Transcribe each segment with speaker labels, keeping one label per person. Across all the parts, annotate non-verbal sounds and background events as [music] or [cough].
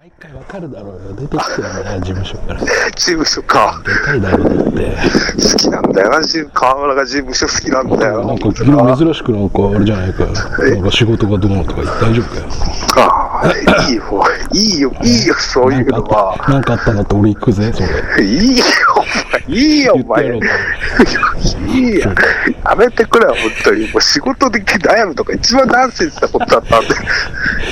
Speaker 1: 毎回わかるだろうよ。出てきてるんだよ、事務所から。で
Speaker 2: 事務所か。
Speaker 1: かいだろうって。
Speaker 2: 好きなんだよな、事河村が事務所好きなんだよ。
Speaker 1: なんか、昨日珍しくなんか、あれじゃないかよ。なんか仕事がどうのとか言って大丈夫かよ。
Speaker 2: か。いいよ、いいよ、いいよ、そういうのは。
Speaker 1: なんかあったんだって俺行くぜ、それ。
Speaker 2: いいよ、お前、いいよ、お
Speaker 1: 言ってや
Speaker 2: 前。
Speaker 1: ろう
Speaker 2: い
Speaker 1: と。
Speaker 2: いよ、やめてくれよ、本当に。もう仕事で悩むとか、一番ナンセンスなことだったんで、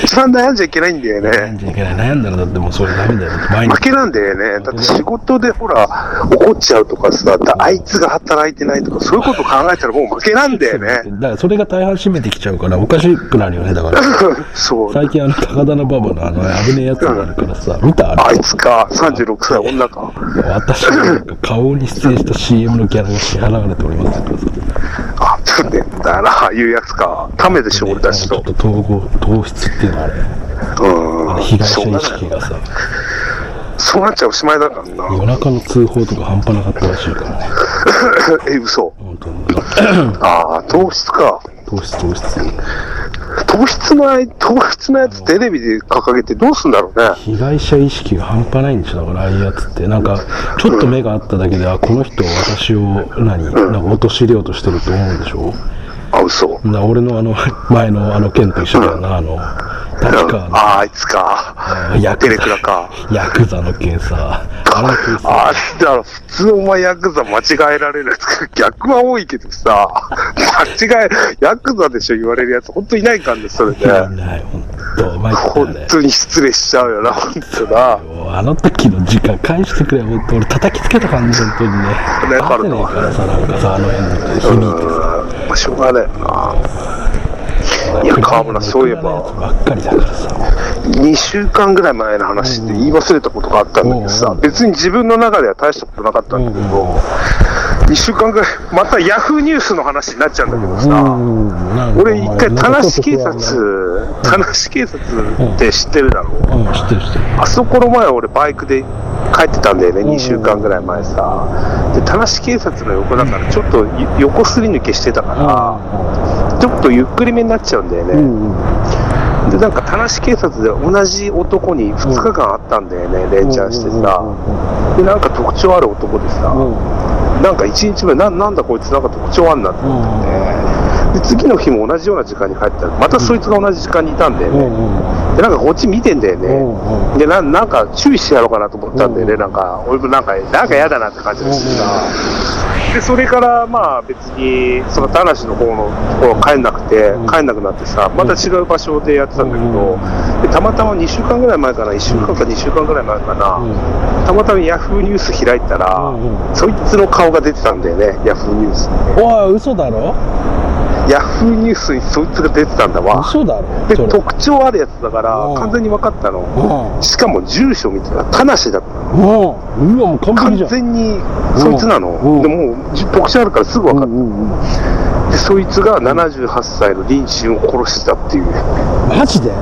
Speaker 2: 一番悩んじゃいけないんだよ
Speaker 1: 悩
Speaker 2: ね。
Speaker 1: んじゃいけない。悩んだらだってもうそれダメだよ。毎
Speaker 2: 負
Speaker 1: 日。
Speaker 2: けなんだよね。だって仕事でほら、怒っちゃうとかさ、だあいつが働いてないとか、そういうこと考えたらもう負けなんだよね。
Speaker 1: だからそれが大半占めてきちゃうからおかしくなるよねだから
Speaker 2: [laughs] そう。
Speaker 1: 最近あの高田の馬場のあの危ねえやつがあるからさ見たあ
Speaker 2: あ
Speaker 1: れ
Speaker 2: いつか、36歳女か。
Speaker 1: 私がなんか顔に出演した CM のギャラが支払われておりますからさ
Speaker 2: あ、そうねんだな、ああいうやつか。ためでしょ、俺たち
Speaker 1: ちょ
Speaker 2: と
Speaker 1: っ。と統合糖質っていうのはあれ
Speaker 2: うん。
Speaker 1: 被害
Speaker 2: そう
Speaker 1: 者
Speaker 2: な
Speaker 1: 意
Speaker 2: っちゃ
Speaker 1: 識がさ
Speaker 2: うそうなっちゃおしまいだからな。 [laughs]
Speaker 1: 夜中の通報とか半端なかったらしいからね
Speaker 2: え、嘘。
Speaker 1: 本当に
Speaker 2: ああ、糖質か。
Speaker 1: 糖質糖質
Speaker 2: 糖質のあい、糖質のやつテレビで掲げてどうすんだろうね。
Speaker 1: 被害者意識が半端ないんでしょだからああいうやつってなんかちょっと目があっただけであこの人私を何なんか陥れようとしてると思うんでしょ
Speaker 2: あ、嘘。
Speaker 1: な俺のあの [laughs] 前のあの件と一緒だよなあの確か
Speaker 2: ああ、あいつか。
Speaker 1: あのヤ
Speaker 2: テ
Speaker 1: ク
Speaker 2: レ
Speaker 1: ザ
Speaker 2: クラか。
Speaker 1: ヤクザの件さあの件さ
Speaker 2: あれだろ、普通お前ヤクザ間違えられるやつか。逆は多いけどさ、間違え、ヤクザでしょ言われるやつ、ほんといないからね、それで。
Speaker 1: いない本当マイク
Speaker 2: 本当に失礼しちゃうよな、本当な。
Speaker 1: あの時の時間返してくれよ、本当俺叩きつけた感じ、本当にね。
Speaker 2: だから
Speaker 1: 合ってねえからさ、なんかさ、あの辺の響いてさ。
Speaker 2: まあ、しょうがないよな。いや、河村、そういえば、
Speaker 1: ばっかりだからさ。
Speaker 2: 2週間ぐらい前の話で言い忘れたことがあったんだけど
Speaker 1: うん
Speaker 2: さ
Speaker 1: う、ん
Speaker 2: 別に自分の中では大したことなかったんだけ
Speaker 1: うん
Speaker 2: ど、1週間ぐらい、またヤフーニュースの話になっちゃうんだけどさ、
Speaker 1: ん
Speaker 2: 俺、一回、田無警察、田無警察って知ってるだろう
Speaker 1: うん、知ってる知ってる。
Speaker 2: あそこの前、俺、バイクで帰ってたんだよね、2週間ぐらい前さ。で、田無警察の横だから、ちょっとい横すり抜けしてたか
Speaker 1: あ
Speaker 2: ら、ちょっとゆっくりめになっちゃうんだよ
Speaker 1: あ。う
Speaker 2: ね。
Speaker 1: ん。
Speaker 2: で、なんか、田無警察で同じ男に2日間あったんだよね、連チャンしてさ。で、なんか特徴ある男で
Speaker 1: う
Speaker 2: さ、
Speaker 1: ん。
Speaker 2: なんか1日目、ななんだこいつ、なんか特徴あんなって思ってね。で、次の日も同じような時間に帰ったら、またそいつが同じ時間にいたんだよ
Speaker 1: うん。う
Speaker 2: ね。
Speaker 1: ん。
Speaker 2: で、なんかこっち見てんだよ
Speaker 1: う
Speaker 2: ね。
Speaker 1: ん。
Speaker 2: でな、なんか注意してやろうかなと思ったんだよね、
Speaker 1: うん
Speaker 2: なんか、俺もなんか、なんか嫌だなって感じですで、それから、まあ別に、その田無の方のところ帰んなくて
Speaker 1: うん、
Speaker 2: 帰んなくなってさ、また違う場所でやってたんだけ
Speaker 1: う
Speaker 2: ど
Speaker 1: ん、
Speaker 2: でたまたま2週間ぐらい前かな、1週間か2週間ぐらい前かな、たまたまヤフーニュース開いたら
Speaker 1: うん、
Speaker 2: そいつの顔が出てたんだよね、ヤフーニュースに。
Speaker 1: おい、嘘だろ
Speaker 2: ヤフーニュースにそいつが出てたんだわ。
Speaker 1: 嘘だろ
Speaker 2: で、
Speaker 1: それ。
Speaker 2: 特徴あるやつだから
Speaker 1: うん、
Speaker 2: 完全に分かった
Speaker 1: う
Speaker 2: の。
Speaker 1: ん。
Speaker 2: しかも住所見てたら、田無だったの。
Speaker 1: うん。うわ、もう完
Speaker 2: 完
Speaker 1: 璧じゃん。
Speaker 2: 全にそいつなの、
Speaker 1: うん
Speaker 2: でもう特徴あるからすぐ分か
Speaker 1: う
Speaker 2: っ
Speaker 1: んうんうん
Speaker 2: て、そいつが78歳のリンチンを殺したっていう、
Speaker 1: マジで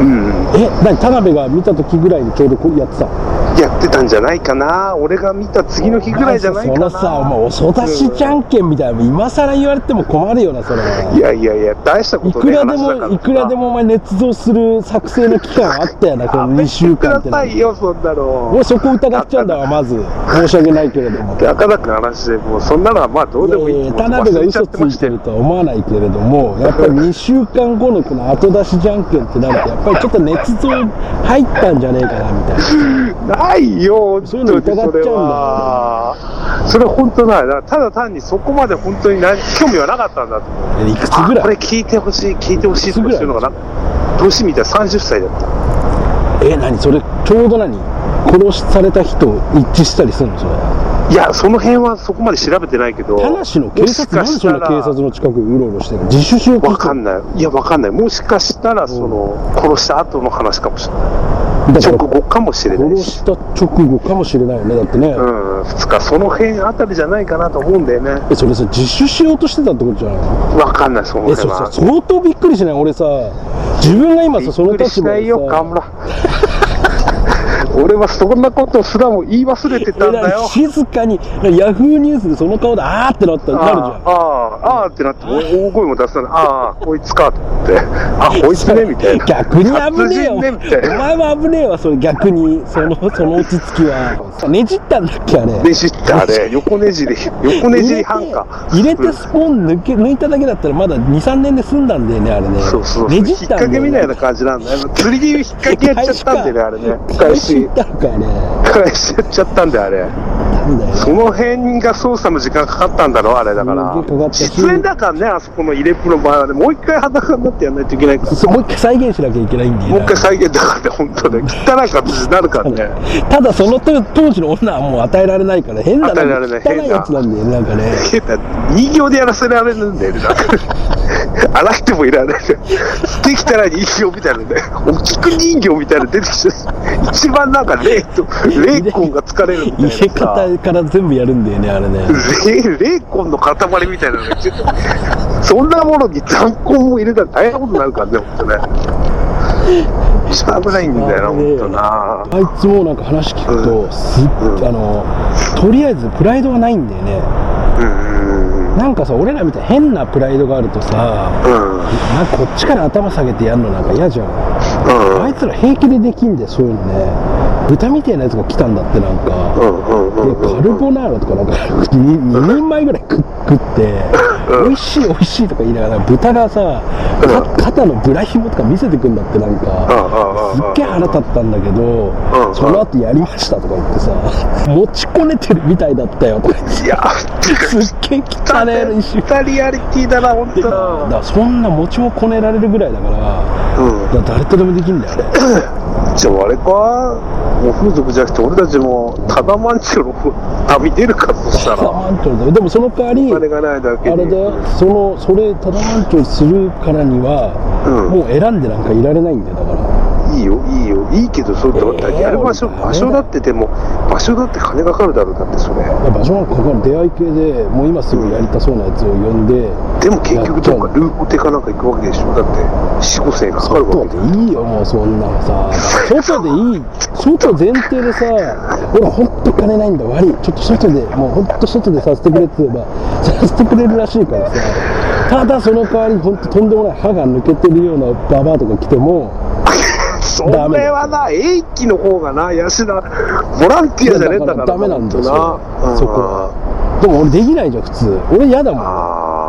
Speaker 2: うん、
Speaker 1: え、何田辺が見た時ぐらいにちょうどこうやってたの
Speaker 2: やってたんじゃないかな俺が見た次の日ぐらいじゃないか
Speaker 1: そ
Speaker 2: な
Speaker 1: のさ、お前、お育しじゃんけんみたいな、今更言われても困るよな、それ
Speaker 2: い
Speaker 1: は。
Speaker 2: やいやいや大したこ
Speaker 1: い
Speaker 2: と
Speaker 1: く
Speaker 2: ない
Speaker 1: らで
Speaker 2: 話だから
Speaker 1: も、いくらでもお前、捏造する作成の期間あったよな、こ
Speaker 2: や
Speaker 1: の
Speaker 2: め
Speaker 1: 2週
Speaker 2: てく
Speaker 1: 間
Speaker 2: だ
Speaker 1: って
Speaker 2: さいよそんなの
Speaker 1: 俺、そこ疑っちゃうんだわ、まず。申し訳ないけれども。
Speaker 2: なかなかの話でもうそんなのはまあどうでもいい
Speaker 1: いやい
Speaker 2: 気
Speaker 1: や
Speaker 2: 持ち
Speaker 1: 田辺が
Speaker 2: 忘れちゃ
Speaker 1: 嘘
Speaker 2: っ
Speaker 1: つ
Speaker 2: てま
Speaker 1: い
Speaker 2: して
Speaker 1: て
Speaker 2: る
Speaker 1: るとは思わないけれども、やっぱり2週間後のこの後出しじゃんけんってなると、やっぱりちょっと捏造入ったんじゃねえかな、みたいな。
Speaker 2: ないよ
Speaker 1: そういうの疑っちゃうんだよ
Speaker 2: 本当にそれはそれ本当ないだからただ単にそこまで本当に何興味はなかったんだと思う
Speaker 1: えいくつぐ
Speaker 2: こ
Speaker 1: ら
Speaker 2: れ
Speaker 1: い
Speaker 2: 聞いてほしい、聞いてほしいとかそういうのがな、年見たら30歳だった。
Speaker 1: え、何それ、ちょうど何殺された人と一致したりするのそれ。
Speaker 2: いや、その辺はそこまで調べてないけど、
Speaker 1: 田無の警察、なん
Speaker 2: も
Speaker 1: で
Speaker 2: し
Speaker 1: そんな
Speaker 2: か
Speaker 1: 警
Speaker 2: した
Speaker 1: 察
Speaker 2: ら
Speaker 1: の近くうろうろしてるの自首しようと
Speaker 2: わ
Speaker 1: して
Speaker 2: か
Speaker 1: る
Speaker 2: んない。いや、わかんない。もしかしたら、その、殺した後の話かもしれな
Speaker 1: だ
Speaker 2: い。
Speaker 1: から
Speaker 2: 直後かもしれない
Speaker 1: 殺
Speaker 2: し。
Speaker 1: した直後かもしれないよね、だってね。
Speaker 2: うん、つか、その辺あたりじゃないかなと思うんだよね。
Speaker 1: え、それさ、自首しようとしてたってことじゃないの
Speaker 2: わかんない、その
Speaker 1: え、そ
Speaker 2: 辺
Speaker 1: れさ
Speaker 2: は、。
Speaker 1: 相当びっくりしない俺さ、自分が今
Speaker 2: び
Speaker 1: さ、
Speaker 2: っ
Speaker 1: その
Speaker 2: くり
Speaker 1: 立
Speaker 2: し
Speaker 1: 場
Speaker 2: ない
Speaker 1: で
Speaker 2: よ、河
Speaker 1: さ、
Speaker 2: 村。 [laughs] 俺はそんなことすらも言い忘れてたんだよ。
Speaker 1: 静かに、ヤフーニュースでその顔で、あーってなった
Speaker 2: あ
Speaker 1: らなるじゃん
Speaker 2: あ。ああーってなって、お大声も出さない、ああ、こいつかと思って、あこいつねみたいな、
Speaker 1: 逆に危ねえよ。お
Speaker 2: 殺人ねみたいな
Speaker 1: 前も危ねえわ、それ逆に、その、その落ち着きは。ねじったんだっけ、あれ。
Speaker 2: ねじったあれ、横ねじり、横ねじり半か。
Speaker 1: 入れて
Speaker 2: う
Speaker 1: 入れて
Speaker 2: ん
Speaker 1: スポン抜け抜いただけだったらまだ23年で済んだんだよねあれね
Speaker 2: そうそうそう、
Speaker 1: ね
Speaker 2: 引
Speaker 1: じ
Speaker 2: っ
Speaker 1: ったんだ
Speaker 2: 掛けみたいな感じなんだよ、釣り気味引っ掛けやっちゃったんだよね、あれね、返
Speaker 1: 返し
Speaker 2: し
Speaker 1: 行っ、たのかあれ
Speaker 2: 返しやっちゃったんだよ、あれ。
Speaker 1: ダメだよ
Speaker 2: その辺が操作も時間かかったんだろう、あれだから
Speaker 1: すげえかかっ。たし
Speaker 2: 実演だからね、あそこの入れっぽの場合はね、もう一回裸になってやらないといけないから。
Speaker 1: そうもう一回再現しなきゃいけないんだよ
Speaker 2: もう
Speaker 1: な
Speaker 2: 一回再現だからね、本当ね、汚い形になるからね。
Speaker 1: ただその当当時の女はもう与えられないから変な
Speaker 2: 与えられない
Speaker 1: 汚いやつなんだよねなんかね
Speaker 2: 変な、人形でやらせられるんだよね、なんか。洗ってもいられない。できたら人形みたいなね、大きく人形みたいなの出てきちゃう。一番なんか霊と、霊魂が疲れるみたい
Speaker 1: 入
Speaker 2: な
Speaker 1: れ
Speaker 2: さ。
Speaker 1: 方から全部やるんだよねあれね
Speaker 2: 霊霊魂の塊みたいなのがちょっとそんなものに残魂も入れたら大変なことになるからね、本当ね。一番危ないんだよな、本当な。
Speaker 1: あいつもなんか話聞く
Speaker 2: う
Speaker 1: と、すっ
Speaker 2: うん
Speaker 1: あのとりあえずプライドはないんだよね
Speaker 2: うん。
Speaker 1: なんかさ俺らみたいに変なプライドがあるとさ
Speaker 2: うん。
Speaker 1: なんかこっちから頭下げてやるのなんか嫌じゃんあ
Speaker 2: う
Speaker 1: いつら平気でできんだよそういうのね豚みたいなやつが来たんだってなんか
Speaker 2: ん。うん。うん。うん。うん。
Speaker 1: カルボナーラとかなんか [laughs] 2, 人前ぐらい食食って美味しい美味しいとか言いながら豚がさか肩のブラひもとか見せてくんだってなんかすっげえ腹立ったんだけど、
Speaker 2: ん
Speaker 1: その後やりましたとか言ってさ、持ちこねてるみたいだったよとか言って、
Speaker 2: いや、
Speaker 1: すっげえ汚ねえ練習
Speaker 2: 来たリアリティだな、本
Speaker 1: だか
Speaker 2: 当。
Speaker 1: らそんな持ちをこねられるぐらいだから、
Speaker 2: うん。
Speaker 1: だから誰とでもできんだよね。
Speaker 2: じゃああれかもう風俗じゃなくて俺たちもただまんちゅうの旅出るかとしたら
Speaker 1: マンチョだよでもその代わり、
Speaker 2: お金がないだけ
Speaker 1: あ
Speaker 2: に
Speaker 1: れだよ、その、それ、ただマンチョするからには、
Speaker 2: うん
Speaker 1: もう選んでなんかいられないんだよ、だから。
Speaker 2: いいよ、いいよ、いいけど、それだって、
Speaker 1: えー
Speaker 2: やる場所、
Speaker 1: 俺ダメだ
Speaker 2: 場所だってでも、場所だって金かかるだろう、だってそれ。
Speaker 1: やっぱ、そのここの出会い系でもう今すぐやりたそうなやつを呼んで、
Speaker 2: でも結局、どっかルーコテかなんか行くわけでしょ、だって、四五千円かかる
Speaker 1: 外
Speaker 2: わ
Speaker 1: で
Speaker 2: けで。
Speaker 1: いいよもうそんなのさ外でいい外前提でさ俺ほんと金ないんだ悪いちょっと外でもうほんと外でさせてくれって言えばさせてくれるらしいからさただその代わりほんととんでもない歯が抜けてるようなババアとか来ても
Speaker 2: それはな、英気の方がな、やしな、ボランティアじゃねえんだから。
Speaker 1: ダメなんだよそれ
Speaker 2: うん
Speaker 1: そこはでも俺できないじゃん普通俺嫌だもん
Speaker 2: あ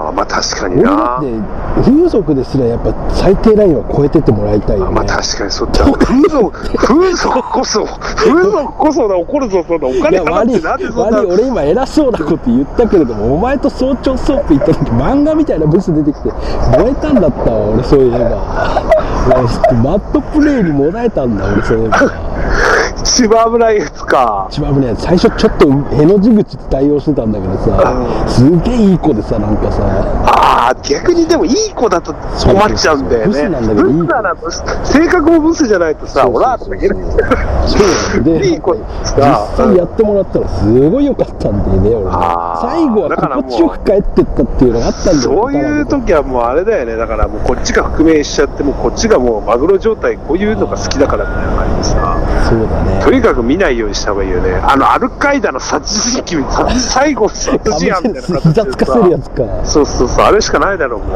Speaker 2: あ、まあ確かに
Speaker 1: 俺だ
Speaker 2: な
Speaker 1: っ。て風俗ですらやっぱ最低ラインは超えてってもらいたいよね
Speaker 2: まあ確かにそうだ。風俗、風俗こそ、風俗こそな、怒るぞ、そんな、お
Speaker 1: い
Speaker 2: 金
Speaker 1: や悪
Speaker 2: 払っ
Speaker 1: い
Speaker 2: て、なんでそんな
Speaker 1: 悪い。俺今偉そうなこと言ったけれどもお前と早朝ソープ行った時漫画みたいなブス出てきて燃えたんだったわ俺そういえば俺ちょっとマットプレイにもらえたんだ俺そういえば
Speaker 2: 一番危ないやつか。
Speaker 1: 一番危ない最初ちょっとへの字口で対応してたんだけどさすげえいい子でさなんかさ
Speaker 2: ああ、逆にでもいい子だと困っちゃうんだよ
Speaker 1: そうそうそう
Speaker 2: ね。
Speaker 1: ブスなんだけどいい子
Speaker 2: ブスだなと、性格もブスじゃないとさ、
Speaker 1: そうそうそう
Speaker 2: オラーとか言えないんだよ。
Speaker 1: そうなんで
Speaker 2: いい子
Speaker 1: 実際やってもらったらすごい良かったんだよね俺
Speaker 2: あー
Speaker 1: 最後は心地よく帰ってったっていうのがあったんだよ
Speaker 2: そういう時はもうあれだよね。だからもうこっちが覆面しちゃって、もうこっちがもうマグロ状態、こういうのが好きだからみたいな感じでさ。
Speaker 1: そうだね
Speaker 2: とにかく見ないようにした方がいいよね。あの、アルカイダの殺人鬼、殺最後殺人
Speaker 1: あ
Speaker 2: 犯みたいな形
Speaker 1: 膝
Speaker 2: で
Speaker 1: つ
Speaker 2: さ
Speaker 1: かせるやつか
Speaker 2: そうそうそう、あれしかないだろう、も
Speaker 1: い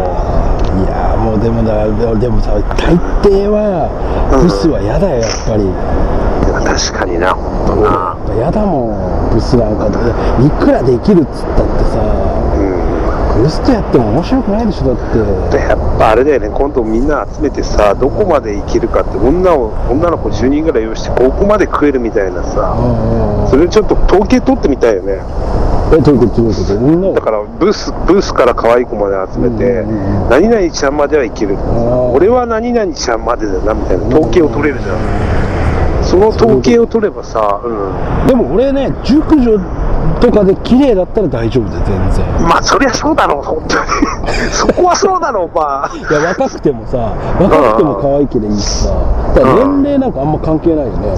Speaker 1: やーもうでもだでもさ大抵は
Speaker 2: うん
Speaker 1: ブスは嫌だよやっぱり
Speaker 2: う。いや確かにな、ほんと
Speaker 1: や
Speaker 2: な。
Speaker 1: っぱ嫌だもんブスなんかでいくらできるっつったってさ
Speaker 2: うん。
Speaker 1: ブスとやっても面白くないでしょだっ
Speaker 2: で
Speaker 1: て
Speaker 2: やっぱあれだよね、今度みんな集めてさ、どこまでいけるかって、女を女の子10人ぐらい用意して、ここまで食えるみたいな
Speaker 1: う
Speaker 2: さ、
Speaker 1: んうん
Speaker 2: それちょっと統計取ってみたいよね、
Speaker 1: えどういうことどういうことみんなを
Speaker 2: だからブースブースから可愛い子まで集めて
Speaker 1: うんうんう、
Speaker 2: 何々ちゃんまではいける、
Speaker 1: ー
Speaker 2: 俺は何々ちゃんまでだなみたいな、統計を取れるじゃん。その統計を取ればさ、うん、
Speaker 1: でも俺ね熟女とかで綺麗だったら大丈夫で全然
Speaker 2: まあそりゃそうだろう、本当に。 [laughs] そこはそうだろう、まあ。 [laughs]
Speaker 1: いや若くてもさ若くても可愛いけどいいしさだから年齢なんかあんま関係ないよね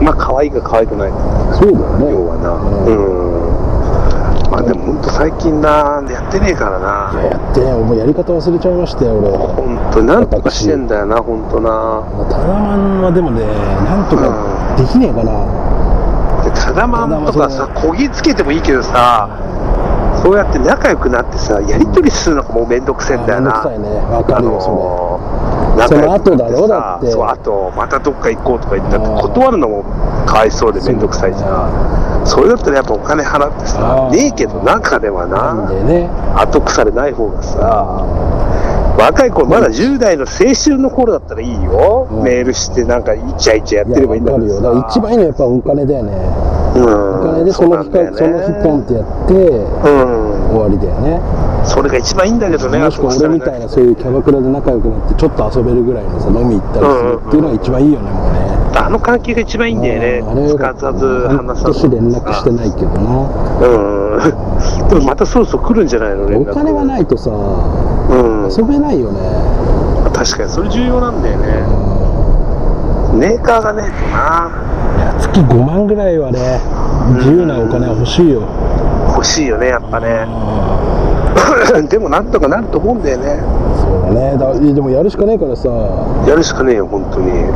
Speaker 2: まあ可愛いか可愛くないか
Speaker 1: そうだよね
Speaker 2: 要はな、
Speaker 1: うん
Speaker 2: うん、まあでも本当最近なやってねえから
Speaker 1: いや
Speaker 2: な
Speaker 1: やってもうやり方忘れちゃいましたよ俺
Speaker 2: 本当になんとかしてんだよな本当な
Speaker 1: タラマンはでもねなんとかできねえかな、
Speaker 2: でタダマンとかさこぎつけてもいいけどさそうやって仲良くなってさやり取りするのがもうめんどくせえんだよ
Speaker 1: めんどく
Speaker 2: な
Speaker 1: さいねわかるよそ
Speaker 2: ー仲良くな
Speaker 1: その後
Speaker 2: ってさ
Speaker 1: だろだって
Speaker 2: そうあとまたどっか行こうとか言ったら
Speaker 1: あー
Speaker 2: 断るのもかわいそうでめんどくさいじゃんそれだったらやっぱお金払ってさ
Speaker 1: あー
Speaker 2: ねえけど中では
Speaker 1: れなん
Speaker 2: な
Speaker 1: でね
Speaker 2: 後腐れない方がさ
Speaker 1: あ
Speaker 2: 若い頃まだ10代の青春の頃だったらいいよ、
Speaker 1: うん
Speaker 2: メールしてなんかイチャイチャやってればいいんだ
Speaker 1: わ
Speaker 2: け
Speaker 1: かる
Speaker 2: ど
Speaker 1: よだ
Speaker 2: さ
Speaker 1: から一番いいのはやっぱお金だよねお
Speaker 2: うん
Speaker 1: 金でその日か、その日ポンってやって
Speaker 2: うん
Speaker 1: 終わりだよね
Speaker 2: それが一番いいんだけどね
Speaker 1: もしくは俺みたいなそういうキャバクラで仲良くなってちょっと遊べるぐらいのさ飲み行ったりするっていうのが一番いいよねもうね
Speaker 2: あの関係が一番いいんだよ
Speaker 1: あれ
Speaker 2: ね使わず話さ
Speaker 1: 半
Speaker 2: ず
Speaker 1: 年連絡してないけどな
Speaker 2: うんでもまたそろそろ来るんじゃないの連
Speaker 1: お
Speaker 2: 絡
Speaker 1: 金はないとさ
Speaker 2: うん
Speaker 1: 遊べないよね
Speaker 2: 確かにそれ重要なんだよねメーカーがねえとない
Speaker 1: や月5万ぐらいはね自由なお金は欲しいよ
Speaker 2: 欲しいよねやっぱねでもなんとかなると思うんだよね
Speaker 1: そうだねだでもやるしかないからさこ
Speaker 2: やるしかねえよ本当に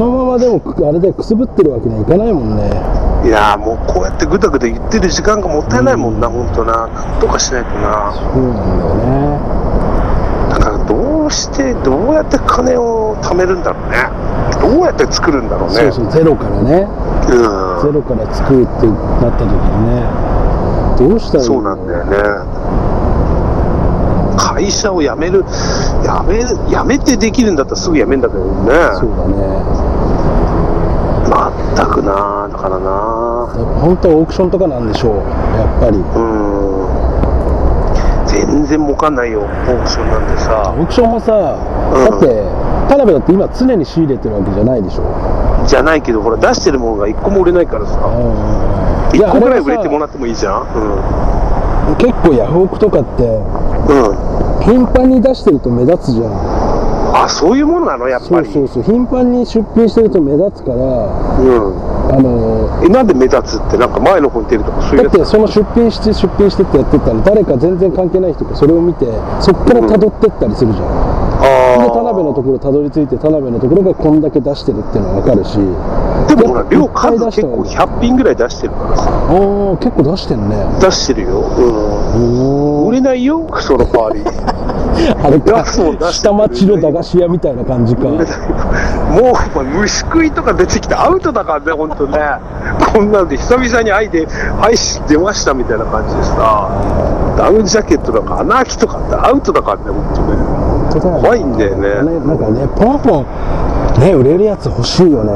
Speaker 1: のままでもくあれでくすぶってるわけにはいかないもんね
Speaker 2: いやーもうこうやってぐだぐだ言ってる時間がもったいないもんな、本当な、なんとかしないとな、
Speaker 1: そうなんだよね
Speaker 2: だからどうして、どうやって金を貯めるんだろうね、どうやって作るんだろうね、
Speaker 1: そうそうゼロからね
Speaker 2: う
Speaker 1: ゼロから作るってなった時にねどうしたら
Speaker 2: ん、
Speaker 1: いい
Speaker 2: そうなんだよね、会社を辞める、辞める、辞めてできるんだったらすぐ辞めるんだけどね、
Speaker 1: そうだね
Speaker 2: まったくな、だからな、
Speaker 1: 本当はオークションとかなんでしょうやっぱり
Speaker 2: うん、全然儲かんないよ、オークションなんてさ
Speaker 1: オ。ークションもさ、だって田辺だって今常に仕入れてるわけじゃないでしょ
Speaker 2: じゃないけど、ほら、出してるものが一個も売れないからさ、一
Speaker 1: いや
Speaker 2: 個ぐらい
Speaker 1: あ
Speaker 2: 売れても
Speaker 1: は
Speaker 2: らってもいいじゃん。
Speaker 1: さ結構ヤフオクとかって
Speaker 2: うん。うん。
Speaker 1: 頻繁に出してると目立つじゃん
Speaker 2: あ、そういうものなのやっ
Speaker 1: そ
Speaker 2: ぱ
Speaker 1: う
Speaker 2: り。
Speaker 1: そうそう頻繁に出品してると目立つから
Speaker 2: うん。
Speaker 1: あの
Speaker 2: え、なんで目立つって、なんか前の方に出るとか、そういう
Speaker 1: だ
Speaker 2: や
Speaker 1: っ
Speaker 2: つ。
Speaker 1: てその出品して出品してってやってったら誰か全然関係ない人がそれを見てそっから辿ってったりするじゃん、
Speaker 2: ああ。
Speaker 1: で田辺のところ辿り着いて田辺のところがこんだけ出してるっていうのは分かるし
Speaker 2: でもほら、量
Speaker 1: いっ
Speaker 2: 数
Speaker 1: ぱい出し
Speaker 2: 結
Speaker 1: たわ
Speaker 2: 構100品ぐらい出してるからさ。
Speaker 1: おお結構出してるね
Speaker 2: 出してるよ。う
Speaker 1: お
Speaker 2: ん。売れないよ、その代わり。 [laughs]
Speaker 1: あれか
Speaker 2: 出すもん出すも
Speaker 1: 下
Speaker 2: ん
Speaker 1: 町の駄菓子屋みたいな感じか
Speaker 2: 売れないよもう、お前虫食いとか出てきてアウトだからね、ほんとね。こんなんで久々に会いで、配信出ましたみたいな感じでさ。ダウンジャケットなんか穴開きとかってアウトだからね、ほんとね。
Speaker 1: 本当だよ
Speaker 2: 怖いんだよね
Speaker 1: ねなんかねポンポンね売れるやつ欲しいよね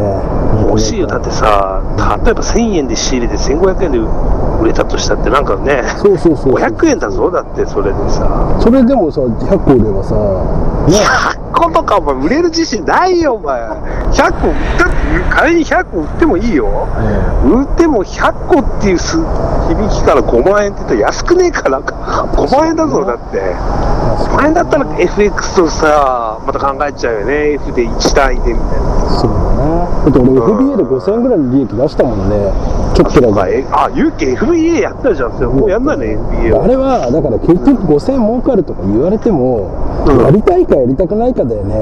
Speaker 2: 欲しいよだってさ例えば1000円で仕入れて1500円で売れたとしたってなんかね
Speaker 1: そうそうそう
Speaker 2: 500円だぞだってそれでさ
Speaker 1: それでもさ100個売ればさね
Speaker 2: 100個とかお前売れる自信ないよお前100個売ったって仮に100個売ってもいいよ売っても100個っていうす響きから5万円って言ったら安くねえかなんか5万円だぞだって5万円だったら FX とさまた考えちゃうよね F で1単位でみたいな
Speaker 1: そうだなだって俺 FBA で5000円ぐらいの利益出したもんねちょっと
Speaker 2: と
Speaker 1: だ
Speaker 2: か
Speaker 1: け
Speaker 2: えあユッケ FBA やってたじゃんそれもうやんないの FBA は
Speaker 1: あれはだから結局5000儲かるとか言われても、
Speaker 2: うん
Speaker 1: やりたいかやりたくないかだよね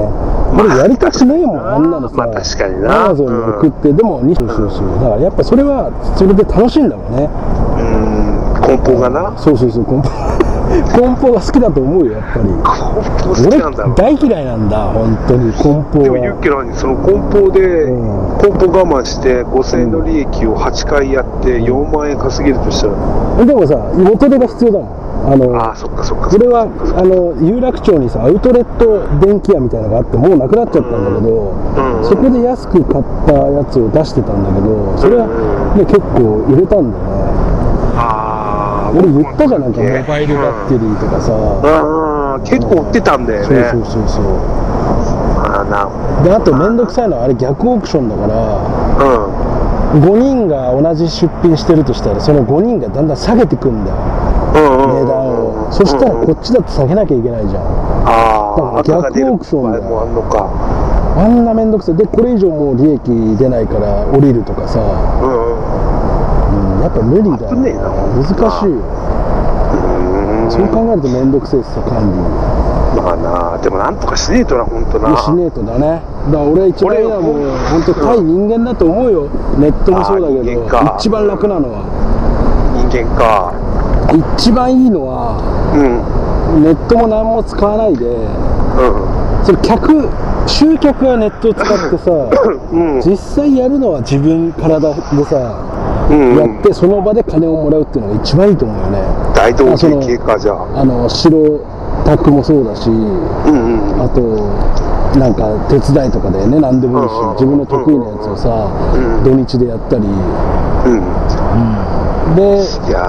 Speaker 1: 俺やりたくないもん
Speaker 2: まあ
Speaker 1: あんなのさ、
Speaker 2: まあ確かにな
Speaker 1: Amazon に送って、でもそうそうそうだからやっぱそれはそれで楽しいんだもんね
Speaker 2: うん梱包がな
Speaker 1: そうそうそう梱 [laughs] 包梱包が好きだと思うよやっぱり
Speaker 2: 梱包好き
Speaker 1: 俺
Speaker 2: なんだろう
Speaker 1: 大嫌いなんだ本当に梱包
Speaker 2: でもユ
Speaker 1: は
Speaker 2: ッケのにその梱包で
Speaker 1: うん
Speaker 2: 梱包我慢して5000円の利益を8回やって4万円稼げるとしたら
Speaker 1: でもさ元手が必要だもんあの
Speaker 2: ああそっかそっか
Speaker 1: こ
Speaker 2: そっ
Speaker 1: れ
Speaker 2: か
Speaker 1: はあの有楽町にさアウトレット電気屋みたいなのがあってもうなくなっちゃったんだけど、
Speaker 2: うん
Speaker 1: そこで安く買ったやつを出してたんだけどそれは、ね結構売れたんだよね
Speaker 2: ああ
Speaker 1: 俺言ったじゃんなんか
Speaker 2: ね
Speaker 1: モバイルバッテリーとかさ、
Speaker 2: ああ結構売ってたんだよね
Speaker 1: そうそうそうそう
Speaker 2: ああな
Speaker 1: であと面倒くさいのはあれ逆オークションだから5人が同じ出品してるとしたらその5人がだんだん下げてくんだよ
Speaker 2: うんう
Speaker 1: 値
Speaker 2: んうんうん
Speaker 1: 段
Speaker 2: う
Speaker 1: を
Speaker 2: ん
Speaker 1: そしたらこっちだと下げなきゃいけないじゃん
Speaker 2: あ
Speaker 1: だ
Speaker 2: あ
Speaker 1: から
Speaker 2: 赤が出
Speaker 1: 逆オ
Speaker 2: る
Speaker 1: ークション
Speaker 2: 場
Speaker 1: だ
Speaker 2: 合もあんのか
Speaker 1: あんな面倒くさいでこれ以上もう利益出ないから降りるとかさ、
Speaker 2: うんうん
Speaker 1: うん、やっぱ無理だよ
Speaker 2: 危ねえな
Speaker 1: 難しいよそう考えると面倒くせえっすよ管理
Speaker 2: まあなでもなんとかしねえとな本当な
Speaker 1: もしねえとだねだから俺は一番いいのはも
Speaker 2: 俺
Speaker 1: う
Speaker 2: も
Speaker 1: 本当対人間だと思うよネットもそうだ
Speaker 2: あー人間
Speaker 1: けど
Speaker 2: か
Speaker 1: 一番楽なのは
Speaker 2: 人間か
Speaker 1: 一番いいのは
Speaker 2: うん
Speaker 1: ネットも何も使わないで
Speaker 2: う
Speaker 1: それ客集客はネットを使ってさ
Speaker 2: んうん
Speaker 1: 実際やるのは自分体でさ
Speaker 2: うんう
Speaker 1: や
Speaker 2: ん
Speaker 1: ってその場で金をもらうっていうのが一番いいと思うよね
Speaker 2: 大道芸系かじゃあ
Speaker 1: あの白タクもそうだし
Speaker 2: うんうん
Speaker 1: あとなんか手伝いとかでね何でもいいし
Speaker 2: うんうん
Speaker 1: 自分の得意なやつをさ
Speaker 2: うん
Speaker 1: 土日でやったり
Speaker 2: うん
Speaker 1: で
Speaker 2: いや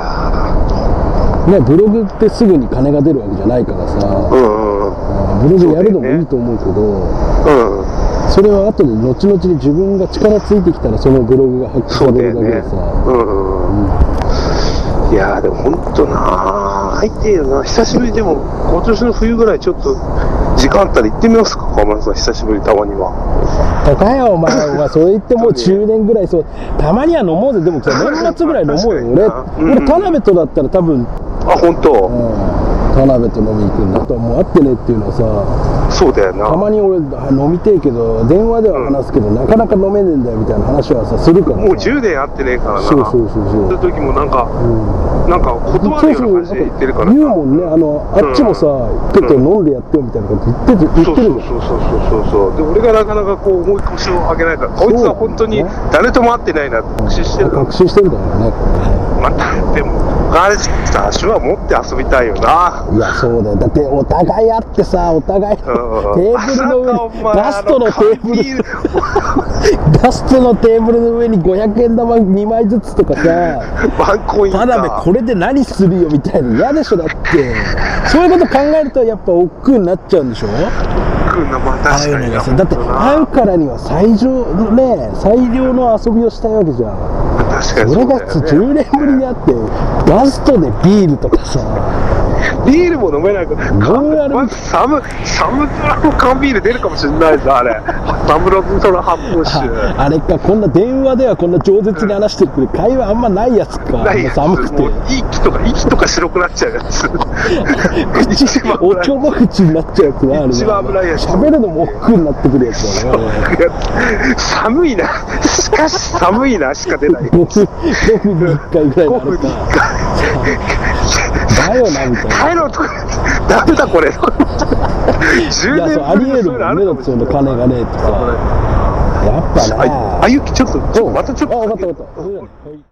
Speaker 1: ねブログってすぐに金が出るわけじゃないから
Speaker 2: ーう
Speaker 1: さ
Speaker 2: んうん
Speaker 1: ブログやるのも
Speaker 2: そうだよね
Speaker 1: いいと思うけど
Speaker 2: うん
Speaker 1: それは後で後々に自分が力ついてきたらそのブログが発揮
Speaker 2: そ
Speaker 1: さ
Speaker 2: うだ
Speaker 1: れる
Speaker 2: よ
Speaker 1: だ
Speaker 2: ね
Speaker 1: けでさ
Speaker 2: うんうんうんいやーでも本当な入っていいよな久しぶりでも今年の冬ぐらいちょっと時間あったら行ってみますか河村さん久しぶりたまには
Speaker 1: 高いよお前お前それ言ってもう10年ぐらいそうたまには飲もうぜでもさ年末ぐらい飲もうよ俺
Speaker 2: 確かにな
Speaker 1: 俺田辺とだったら多分、うん、
Speaker 2: あ本当、
Speaker 1: 田辺と飲み行くんだあとはもう会ってねっていうのはさ
Speaker 2: そうだよ
Speaker 1: た
Speaker 2: な
Speaker 1: まに俺あ飲みてえけど電話では話すけど、なかなか飲めねえんだよみたいな話はさするからさ
Speaker 2: もう10年会ってねえからな
Speaker 1: そうそうそうそう
Speaker 2: そういう時もなんか
Speaker 1: うん
Speaker 2: なんか断るような感じで言ってるから
Speaker 1: 言う
Speaker 2: な
Speaker 1: もんねあのあっちもさ、ちょっと飲んでやってよみたいなこと言ってる言
Speaker 2: そ
Speaker 1: っ
Speaker 2: う
Speaker 1: て
Speaker 2: そう
Speaker 1: る
Speaker 2: そうそうそうそうで俺がなかなかこう思い腰を上げないからこいつは本当に誰とも会ってないなって確信して
Speaker 1: じゃ
Speaker 2: る
Speaker 1: ん確信してるだろうね
Speaker 2: またでも彼氏と足は持って遊びたいよない
Speaker 1: やそうだよだってお互いあってさお互いテーブルの上にガストのテーブル
Speaker 2: ル
Speaker 1: ガストのテーブルの上に500円玉2枚ずつとかさ
Speaker 2: ワンコイン
Speaker 1: 田
Speaker 2: か
Speaker 1: 辺これで何するよみたいな嫌でしょだってそういうこと考えるとやっぱ億劫になっちゃうんでしょ
Speaker 2: 来るなまあ
Speaker 1: ああい
Speaker 2: 確
Speaker 1: うの
Speaker 2: かに
Speaker 1: が
Speaker 2: な
Speaker 1: さだって会うからには最上のね最良の遊びをしたいわけじゃん
Speaker 2: 確かに
Speaker 1: 俺
Speaker 2: そう
Speaker 1: が
Speaker 2: だよね
Speaker 1: 10年ぶりに会ってガストでビールとかさ
Speaker 2: ビールも飲めないから
Speaker 1: どうやる
Speaker 2: まずサムサムドラの缶ビール出るかもしれないぞあれサムロントの発泡酒
Speaker 1: ああれかこんな電話ではこんな饒舌に話してるけど会話あんまないやつか
Speaker 2: ないやつ
Speaker 1: 寒くて
Speaker 2: もう息とか息とか白くなっちゃうやつ [laughs] 一番
Speaker 1: おちょ
Speaker 2: 危
Speaker 1: ぼ口になっちゃうやつなあれな
Speaker 2: 一番危ないやつ
Speaker 1: 喋るのも億劫になってくるやつだね
Speaker 2: ないやつ寒いなしかし寒いなしか出ない
Speaker 1: 5分5分に1回ぐらいのあれかだよなみたいな
Speaker 2: 帰ろうとか、ダメだこれ。
Speaker 1: いや
Speaker 2: 10
Speaker 1: そう
Speaker 2: 年
Speaker 1: ありえるもん
Speaker 2: の
Speaker 1: ねだってその金がねえってさ
Speaker 2: あ
Speaker 1: やっぱな
Speaker 2: あゆきちょっと、ちょっとまたちょっと。
Speaker 1: あ分かった分かったそうだねはい